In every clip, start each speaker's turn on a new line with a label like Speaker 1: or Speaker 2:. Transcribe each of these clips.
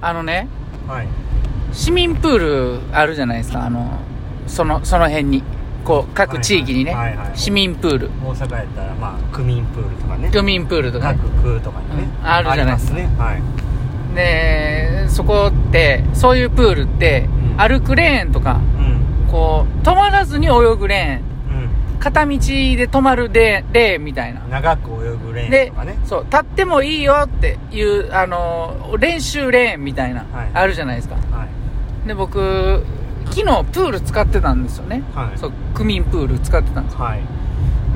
Speaker 1: あのね、
Speaker 2: はい
Speaker 1: 市民プールあるじゃないですか、あの、その、その辺に。こう、各地域にね、
Speaker 2: はいはいはいはい
Speaker 1: 市民プール、
Speaker 2: 大阪やったらまあ区民プールとかね
Speaker 1: 漁民プールとかね、
Speaker 2: 各区とかにね、
Speaker 1: うんあるじゃない
Speaker 2: ありますねはい
Speaker 1: で、そこって、そういうプールって、
Speaker 2: うん
Speaker 1: 歩くレーンとか、
Speaker 2: うん
Speaker 1: こう、止まらずに泳ぐレーン、片道で止まるでレーンみたいな
Speaker 2: うん。長く泳ぐレーン
Speaker 1: で
Speaker 2: とかね、
Speaker 1: そう、立ってもいいよっていう、あの、練習レーンみたいな、
Speaker 2: はい
Speaker 1: あるじゃないですか。
Speaker 2: はい
Speaker 1: で、僕、昨日プール使ってたんですよね。
Speaker 2: はい
Speaker 1: そう、区民プール使ってたんです
Speaker 2: はい
Speaker 1: よ。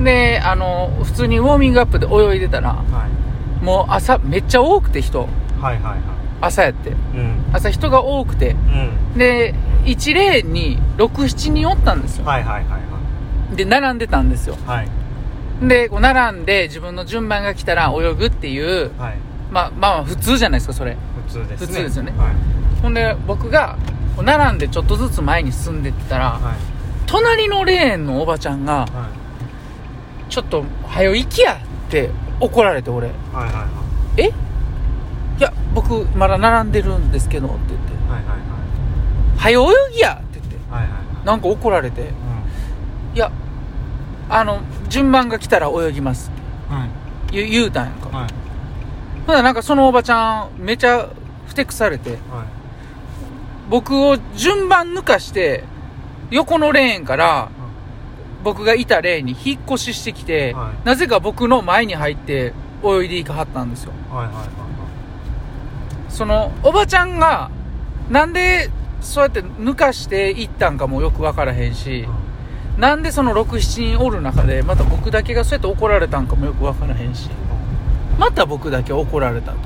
Speaker 1: で、あの、普通にウォーミングアップで泳いでたら、
Speaker 2: はい
Speaker 1: もう朝、めっちゃ多くて人、
Speaker 2: はいはいは
Speaker 1: 朝やって。
Speaker 2: いうん
Speaker 1: 朝人が多くて。
Speaker 2: う
Speaker 1: で、1レーンに6、7人おったんです
Speaker 2: ん
Speaker 1: よ。
Speaker 2: はいはいはい
Speaker 1: で、並んでたんですよ。
Speaker 2: はいはい
Speaker 1: で、こう並んで自分の順番が来たら泳ぐっていう、
Speaker 2: はい
Speaker 1: まあまあ普通じゃないですか、それ。
Speaker 2: 普通ですね
Speaker 1: 普通ですよね
Speaker 2: はい
Speaker 1: ほんで僕がこう並んでちょっとずつ前に進んでったら、
Speaker 2: は
Speaker 1: 隣のレーンのおばちゃんが
Speaker 2: いは
Speaker 1: 「
Speaker 2: い
Speaker 1: ちょっと早よ行きや!」って怒られて俺
Speaker 2: はいはいは
Speaker 1: 「
Speaker 2: い
Speaker 1: えいや僕まだ並んでるんですけど」って言って
Speaker 2: はいはいは
Speaker 1: 「早よ泳ぎや!」って言って
Speaker 2: いはいはい
Speaker 1: なんか怒られて「いやあの順番が来たら泳ぎます」
Speaker 2: は
Speaker 1: っ
Speaker 2: い
Speaker 1: て言う言うたんやんか、
Speaker 2: はい
Speaker 1: ほんならなんかそのおばちゃんめちゃふてくされて
Speaker 2: はい
Speaker 1: 僕を順番抜かして横のレーンから僕がいた例に引っ越ししてきて、
Speaker 2: はい
Speaker 1: なぜか僕の前に入って泳いでいかはったんですよ
Speaker 2: はいはいはい
Speaker 1: そのおばちゃんがなんでそうやって抜かしていったんかもよくわからへんし
Speaker 2: はい、
Speaker 1: なんでその67人おる中でまた僕だけがそうやって怒られたんかもよくわからへんしまた僕だけ怒られたと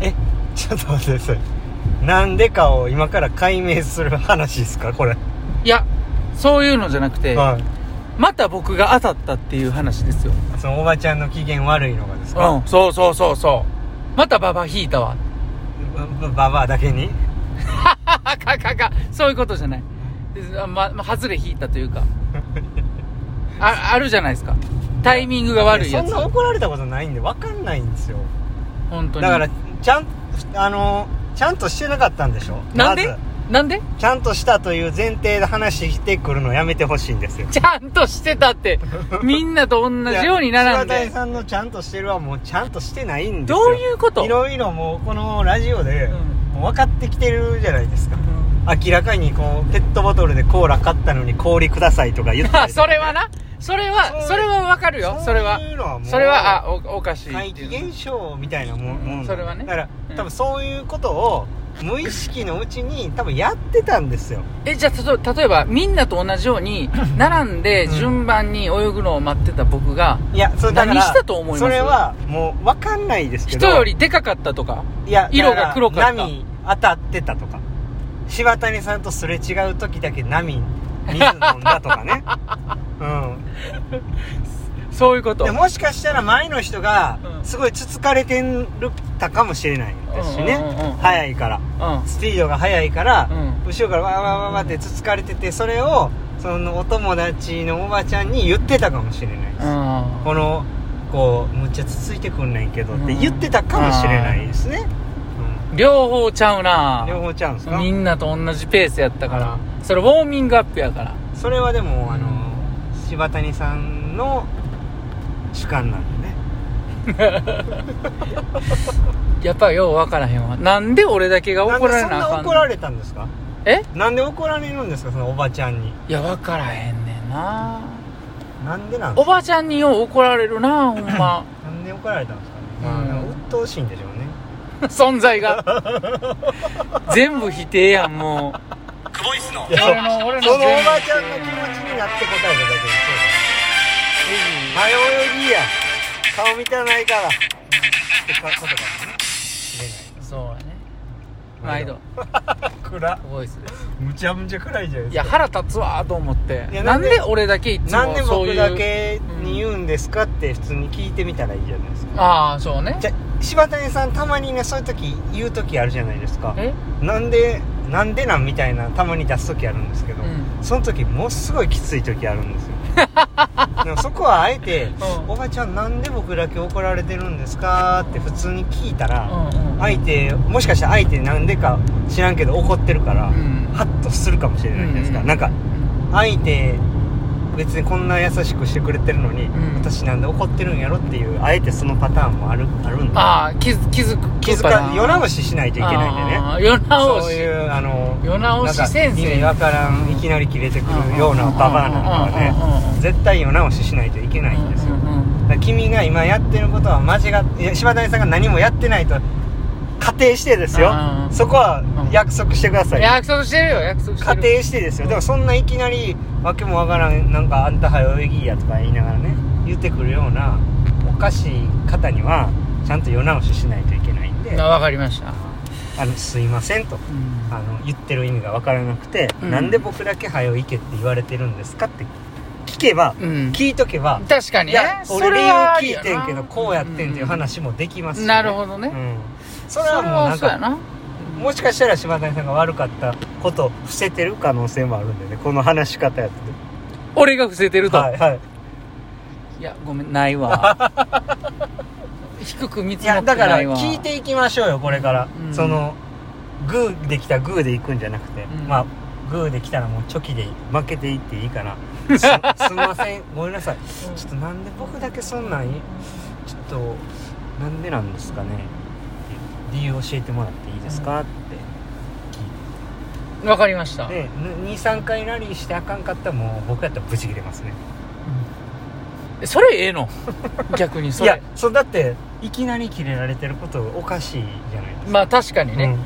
Speaker 2: えちょっと待ってくださいなんでかを今から解明する話ですかこれ、
Speaker 1: いやそういうのじゃなくて、
Speaker 2: はい
Speaker 1: また僕が当たったっていう話ですよ
Speaker 2: そのおばちゃんの機嫌悪いのがですか、
Speaker 1: うんそうそうそうそうまたババ引いたわ
Speaker 2: ばばばばあだけに
Speaker 1: あかかかそういうことじゃないあま、ま、外れ引いたという かああるじゃないですかタイミングが悪いやつ
Speaker 2: そんな怒られたことないんで分かんないんですよ
Speaker 1: 本当
Speaker 2: だ
Speaker 1: に
Speaker 2: からちゃんあのちゃんとしてなかったんでしょ
Speaker 1: なんで
Speaker 2: まず
Speaker 1: なんで
Speaker 2: ちゃんとしたという前提で話してくるのやめてほしいんですよ
Speaker 1: ちゃんとしてた ってみんなと同じように並ん
Speaker 2: いや柴
Speaker 1: で
Speaker 2: 谷さんのちゃんとしてるはもうちゃんとしてないんですよ
Speaker 1: どういうこと
Speaker 2: いろいろもうこのラジオで、
Speaker 1: うん
Speaker 2: もう分かってきてるじゃないですか
Speaker 1: うん
Speaker 2: 明らかにこうペットボトルでコーラ買ったのに氷くださいとか言った
Speaker 1: あ
Speaker 2: り
Speaker 1: それはなそれはそれはわかるよそれは
Speaker 2: そういうのはもう
Speaker 1: それはあおおかしい
Speaker 2: 怪
Speaker 1: って
Speaker 2: 奇
Speaker 1: いう
Speaker 2: 現象みたいなもんもんなんで
Speaker 1: それはね
Speaker 2: だから
Speaker 1: うん
Speaker 2: 多分そういうことを無意識のうちに多分やってたんですよ
Speaker 1: えじゃあたと例えばみんなと同じように並んで順番に泳ぐのを待ってた僕が
Speaker 2: いやそれだから
Speaker 1: 何したと思います
Speaker 2: それはもう分かんないですけど
Speaker 1: 人よりでかかったとか
Speaker 2: いや
Speaker 1: 色が黒かった
Speaker 2: だら波当たってたとか柴谷さんとすれ違う時だけ波水飲んだとか ねう
Speaker 1: そういうこと
Speaker 2: んでもしかしたら前の人が
Speaker 1: うん
Speaker 2: すごいつつかれてるたかもしれないですしね
Speaker 1: うんうんうんうん
Speaker 2: 速いから
Speaker 1: うん
Speaker 2: スピードが速いから、
Speaker 1: う
Speaker 2: 後ろからわーわーわーわーってつつかれててそれをそのお友達のおばちゃんに言ってたかもしれない、
Speaker 1: うん
Speaker 2: このこうむっちゃつついてくんねんけどって言ってたかもしれないですね、
Speaker 1: 両方ちゃう
Speaker 2: うん両
Speaker 1: な
Speaker 2: 方ちゃうんですか
Speaker 1: みんなと同じペースやったか
Speaker 2: あ
Speaker 1: らそれウォーミングアップやから
Speaker 2: それはでもあの柴谷さんの主観なんでね
Speaker 1: やっぱよう分からへんわなんで俺だけが
Speaker 2: なん
Speaker 1: 怒
Speaker 2: で
Speaker 1: られ
Speaker 2: そん
Speaker 1: なあ
Speaker 2: な
Speaker 1: かん
Speaker 2: 怒
Speaker 1: の
Speaker 2: られたんですか
Speaker 1: え
Speaker 2: なんで怒られるんですかそのおばちゃんに
Speaker 1: いや分からへんねんな
Speaker 2: なんでなんで
Speaker 1: お
Speaker 2: すか
Speaker 1: ばちゃんによう怒られるなほん ま
Speaker 2: なんで怒られたんですかね、
Speaker 1: うん
Speaker 2: まあ、なんか鬱陶しいんでしょうね
Speaker 1: 存在が全部否定やんもう俺の俺の全部
Speaker 2: そのおばちゃんの気持ちになって答えただけでそうだ早泳ぎや顔見たないからってかことかもね知れない
Speaker 1: そうやね毎度
Speaker 2: 暗
Speaker 1: ボイスです
Speaker 2: むちゃむちゃ暗いじゃない
Speaker 1: い
Speaker 2: で
Speaker 1: や
Speaker 2: すか
Speaker 1: 腹立つわと思って
Speaker 2: いや
Speaker 1: な
Speaker 2: なんんで
Speaker 1: で俺だけいつ
Speaker 2: なん
Speaker 1: も
Speaker 2: で
Speaker 1: そうい
Speaker 2: 僕
Speaker 1: う
Speaker 2: だけに言うんですかって普通に聞いてみたらいいじゃないですか
Speaker 1: ああそうね
Speaker 2: じゃ柴谷さんたまにねそういう時言う時あるじゃないですか
Speaker 1: え
Speaker 2: なんでなんでなんみたいなたまに出す時あるんですけど、
Speaker 1: うん
Speaker 2: その時ものすごいきつい時あるんですよでもそこはあえて
Speaker 1: う
Speaker 2: 「
Speaker 1: ん
Speaker 2: おばちゃんなんで僕だけ怒られてるんですか?」って普通に聞いたら
Speaker 1: うんうん
Speaker 2: 相手もしかしたら相手なんでか知らんけど怒ってるから
Speaker 1: うん
Speaker 2: ハッとするかもしれないじゃないですか、
Speaker 1: うん
Speaker 2: なんか相手別にこんな優しくしてくれてるのに、
Speaker 1: うん
Speaker 2: 私なんで怒ってるんやろっていうあえてそのパターンもあるあるんで
Speaker 1: ああ気づ気づく
Speaker 2: 気づかん世直ししないといけないんでね
Speaker 1: ね世直
Speaker 2: そう
Speaker 1: し
Speaker 2: いうあの
Speaker 1: 世直し先
Speaker 2: なんか意味
Speaker 1: 生
Speaker 2: わからんいきなり切れてくるようなババアなんかは
Speaker 1: うんうんうんう
Speaker 2: ね
Speaker 1: ん
Speaker 2: 絶対世直ししないといけないんですよ
Speaker 1: う
Speaker 2: だか
Speaker 1: ん
Speaker 2: ら君が今やってることは間違っていや柴谷さんが何もやってないと仮定してですよ
Speaker 1: うんうん
Speaker 2: そこは約束してくだ
Speaker 1: う
Speaker 2: さ
Speaker 1: ん
Speaker 2: い
Speaker 1: 約束してるよ約束して
Speaker 2: 仮
Speaker 1: る
Speaker 2: 定してですよでもそんないきなりわけもわからんなんかあんた早泳ぎやとか言いながらね言ってくるようなおかしい方にはちゃんと世直ししないといけないんで
Speaker 1: あわかりました、
Speaker 2: あのすいませんと
Speaker 1: うん
Speaker 2: あの言ってる意味が分からなくて、
Speaker 1: うん
Speaker 2: なんで僕だけ早よ行けって言われてるんですかって聞けば、
Speaker 1: うん
Speaker 2: 聞いとけば、
Speaker 1: 確かに
Speaker 2: い
Speaker 1: ね
Speaker 2: や
Speaker 1: そ
Speaker 2: 俺
Speaker 1: れ
Speaker 2: 理由
Speaker 1: はあり
Speaker 2: 聞い
Speaker 1: やな
Speaker 2: てんけどこうやってんっていう話もできます
Speaker 1: なるほ
Speaker 2: ど
Speaker 1: どね、
Speaker 2: それはもうなん
Speaker 1: それはそうや
Speaker 2: か
Speaker 1: な
Speaker 2: もしかしたら柴谷さんが悪かったことを伏せてる可能性もあるんでねこの話し方やってて
Speaker 1: 俺が伏せてると、
Speaker 2: はいはい
Speaker 1: い、やごめんないわ低く見
Speaker 2: い
Speaker 1: 積も
Speaker 2: や
Speaker 1: って
Speaker 2: だか
Speaker 1: な
Speaker 2: ら
Speaker 1: いわ
Speaker 2: 聞いていきましょうよこれから、
Speaker 1: うん
Speaker 2: そのグーできたらグーでいくんじゃなくて、
Speaker 1: うん
Speaker 2: まあグーできたらもうチョキで負けていっていいから すすんませんごめんなさい
Speaker 1: うん
Speaker 2: ちょっとなんで僕だけそんなんちょっとなんでなんですかねって理由教えてもらっていいですか、って
Speaker 1: わかりました、
Speaker 2: で23回ラリーしてあかんかったらもう僕やったらブチ切れますね
Speaker 1: えそれええの逆にそ
Speaker 2: いや
Speaker 1: れ
Speaker 2: そうだっていきなり切れられてることおかしいじゃないですか
Speaker 1: まあ確かにね、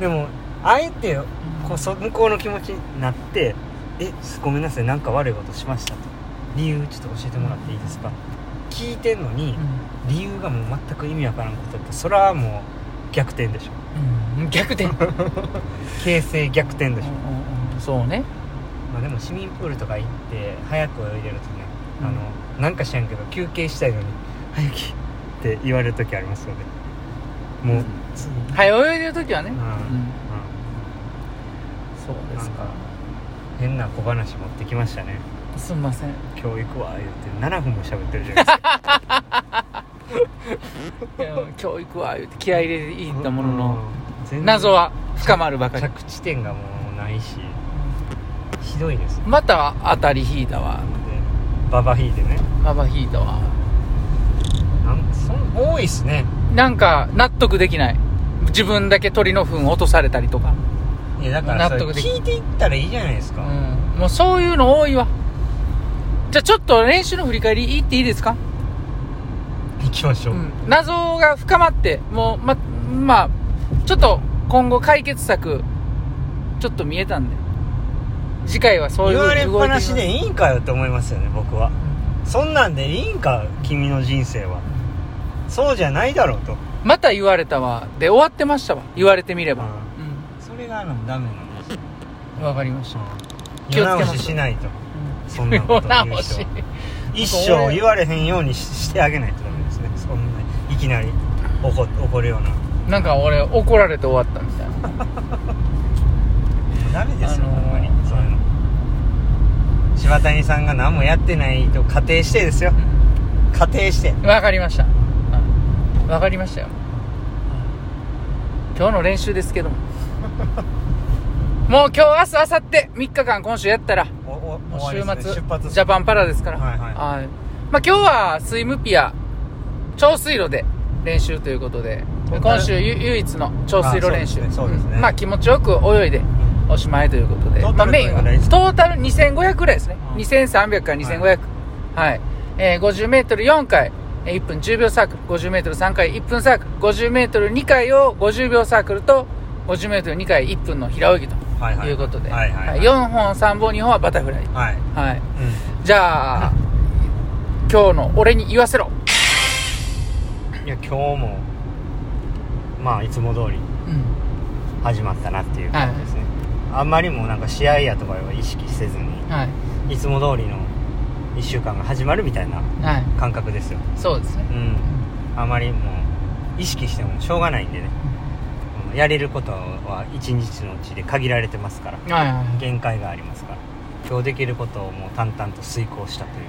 Speaker 2: でもあえて
Speaker 1: うん
Speaker 2: こうそ向こうの気持ちになって「えごめんなさいなんか悪いことしました」と「理由ちょっと教えてもらっていいですか?」聞いてんのに理由がもう全く意味わからんことってそれはもう逆転でしょ
Speaker 1: うんうん逆転うん
Speaker 2: 形勢逆転でしょ、
Speaker 1: うんうんそうね
Speaker 2: まあ、でも市民プールとか行って早く泳いでるとね、
Speaker 1: うん
Speaker 2: あのなんか知らんけど休憩したいのに「早起き」って言われる時ありますよねもう、
Speaker 1: うん
Speaker 2: つ
Speaker 1: はい泳いでる時はね、
Speaker 2: う
Speaker 1: うんんそう
Speaker 2: うん、
Speaker 1: で
Speaker 2: な
Speaker 1: す
Speaker 2: ん
Speaker 1: か
Speaker 2: か変な小話持ってきましたね
Speaker 1: すんません
Speaker 2: 教育は言って7分も喋ってるじゃないですか
Speaker 1: いや教育は 言うて気合い入れていいったものの、
Speaker 2: うん全然
Speaker 1: 謎は深まるばかり
Speaker 2: 着地点がもうないしひどいですね
Speaker 1: また当たり引いたわ
Speaker 2: ババ引いてね
Speaker 1: ババ引いたわ
Speaker 2: なんそん多いっすね
Speaker 1: なんか納得できない自分だけ鳥の糞落とされたりとか、
Speaker 2: いやだからそ
Speaker 1: 納
Speaker 2: れ
Speaker 1: 得でき
Speaker 2: 聞いていったらいいじゃないです
Speaker 1: うん
Speaker 2: か、、
Speaker 1: もうそういうの多いわじゃあちょっと練習の振り返りいっていいですか、
Speaker 2: 行きまし
Speaker 1: う
Speaker 2: ょう、
Speaker 1: ん、謎が深まってもうままあちょっと今後解決策ちょっと見えたんで次回はそういう
Speaker 2: 言われっぱ
Speaker 1: いてみま
Speaker 2: な
Speaker 1: す
Speaker 2: しでいいんかよって思いますよね僕はそんなんでいいんか君の人生はそうじゃないだろうと
Speaker 1: また言われたわで終わってましたわ言われてみれば
Speaker 2: それがあのダメなんですよ
Speaker 1: うんわかりました気
Speaker 2: 世
Speaker 1: をつけます
Speaker 2: 直ししないとそんなこ
Speaker 1: 世
Speaker 2: と言う
Speaker 1: 直
Speaker 2: 人
Speaker 1: し
Speaker 2: は一生言われへんようにししてあげないとダメですねそんないきなり怒怒るような
Speaker 1: なんか俺怒られて終わったみたいな
Speaker 2: ダメですよ、
Speaker 1: あのー
Speaker 2: ほんまにそういうの柴谷さんが何もやってないと仮定してですよ仮定して
Speaker 1: わかりましたうんわかりましたよ今日の練習ですけど ももう今日明日明後日3日間今週やったら
Speaker 2: おお
Speaker 1: もう
Speaker 2: 終
Speaker 1: 週
Speaker 2: わりです
Speaker 1: 末
Speaker 2: ね出発
Speaker 1: ジャパンパラですから
Speaker 2: はいはい
Speaker 1: いまあ、今日はスイムピア超水路で練習ということで
Speaker 2: トータル
Speaker 1: 今週ゆ唯一の超水路練習
Speaker 2: あそうですねそうですね
Speaker 1: んまあ気持ちよく泳いでおしまいということで
Speaker 2: トー
Speaker 1: ま
Speaker 2: タ
Speaker 1: あ、
Speaker 2: ル
Speaker 1: メインは
Speaker 2: どれぐらいです
Speaker 1: トータル2500ぐらいですね
Speaker 2: うん
Speaker 1: 2300から2500はい、えー、50m4 回えー1分10秒サークル 50m3 回1分サークル 50m2 回を50秒サークルと 50m2 回1分の平泳ぎと
Speaker 2: はいはい
Speaker 1: いうことで、
Speaker 2: はいはいはい
Speaker 1: 4本3本2本はバタフライ
Speaker 2: はい、
Speaker 1: はい
Speaker 2: うん
Speaker 1: じゃあ今日の俺に言わせろ
Speaker 2: いや今日もまあいつも通り
Speaker 1: うん
Speaker 2: 始まったなっていう感じですね、あんまりもうなんか試合やとかは意識せずに
Speaker 1: はい
Speaker 2: いつも通りの1週間が始まるみたいな
Speaker 1: はい
Speaker 2: 感覚ですよ
Speaker 1: そうですね
Speaker 2: うんあまりもう意識してもしょうがないんでねうんやれることは1日のうちで限られてますから
Speaker 1: はいはいはい
Speaker 2: 限界がありますから供できることをもう淡々と遂行したという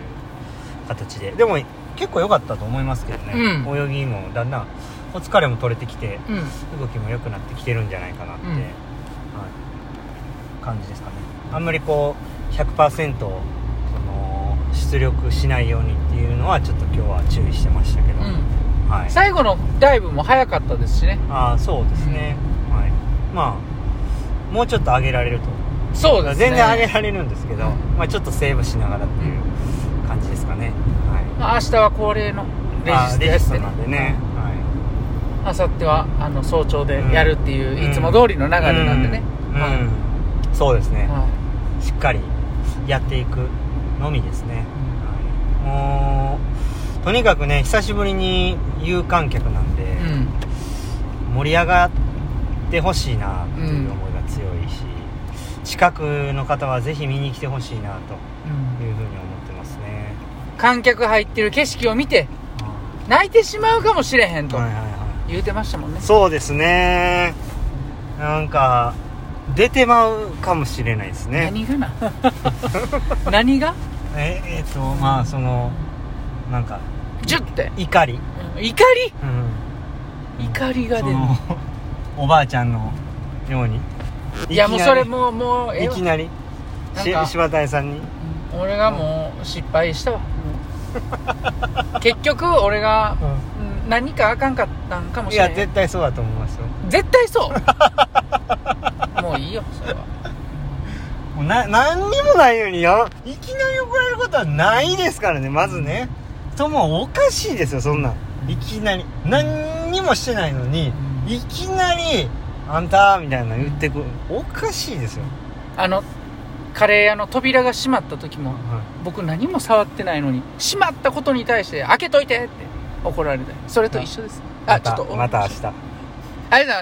Speaker 2: 形ででも結構良かったと思いますけどね、
Speaker 1: う
Speaker 2: 泳ぎもだんだんお疲れも取れてきて
Speaker 1: うん
Speaker 2: 動きも良くなってきてるんじゃないかなって、
Speaker 1: うん
Speaker 2: はい、感じですかねあんまりこう100%その出力しないようにっていうのはちょっと今日は注意してましたけど、
Speaker 1: うん
Speaker 2: はい、
Speaker 1: 最後のダイブも早かったですしね
Speaker 2: ああそうですね、はいまあもうちょっと上げられると
Speaker 1: そうですね
Speaker 2: 全然上げられるんですけど、
Speaker 1: うん
Speaker 2: まあ、ちょっとセーブしながらっていう感じですかね、は
Speaker 1: まあ明日は恒例の
Speaker 2: い、
Speaker 1: レジス
Speaker 2: あ
Speaker 1: ト
Speaker 2: ー
Speaker 1: や
Speaker 2: レ
Speaker 1: っ
Speaker 2: ジス
Speaker 1: て
Speaker 2: ト
Speaker 1: ね
Speaker 2: なんでね、は
Speaker 1: 明後日はあの早朝でやるっていう、
Speaker 2: うん
Speaker 1: いつも通りの流れ
Speaker 2: い、
Speaker 1: なんでね、
Speaker 2: うん、
Speaker 1: はい
Speaker 2: うんそうですね、
Speaker 1: はい
Speaker 2: しっかりやっていくのみですね、はい、もうとにかくね久しぶりに有観客なんで、
Speaker 1: うん
Speaker 2: 盛り上がってほしいなという思いが強いし、近くの方はぜひ見に来てほしいなというふうに思ってますね
Speaker 1: 観客入ってる景色を見て泣いてしまうかもしれへんと
Speaker 2: はいはいは
Speaker 1: 言うてましたもんね
Speaker 2: い、そうですねなんか出てまうかもしれないですね
Speaker 1: 何がな 何が
Speaker 2: ええっとまあそのなんか
Speaker 1: ジュッて
Speaker 2: 怒り、
Speaker 1: うん怒り
Speaker 2: うん
Speaker 1: 怒りが出
Speaker 2: そ
Speaker 1: る
Speaker 2: のおばあちゃんのように
Speaker 1: いやもう
Speaker 2: きなり
Speaker 1: それもうもうええ
Speaker 2: い
Speaker 1: わ
Speaker 2: きなり
Speaker 1: なん
Speaker 2: し
Speaker 1: か
Speaker 2: 柴谷さんに
Speaker 1: うん俺がもう失敗 したわもう結局俺がうん何かあかんかったんかも
Speaker 2: い
Speaker 1: しれ
Speaker 2: や
Speaker 1: ん
Speaker 2: 絶対そうだと思いますよ
Speaker 1: 絶対そう もういいよそれは
Speaker 2: もうな何にもないようにやいきなり怒られることはないですからねまずねともおかしいですよそんなんいきなり何にもしてないのにいきなり「あんた」みたいなの言ってくるおかしいですよ、
Speaker 1: あのカレー屋の扉が閉まった時も僕何も触ってないのにしまったことに対して開けといてって怒られたそれと一緒ですあ
Speaker 2: ま
Speaker 1: ちょ
Speaker 2: た
Speaker 1: っと
Speaker 2: また明
Speaker 1: あり
Speaker 2: 日
Speaker 1: がとうございました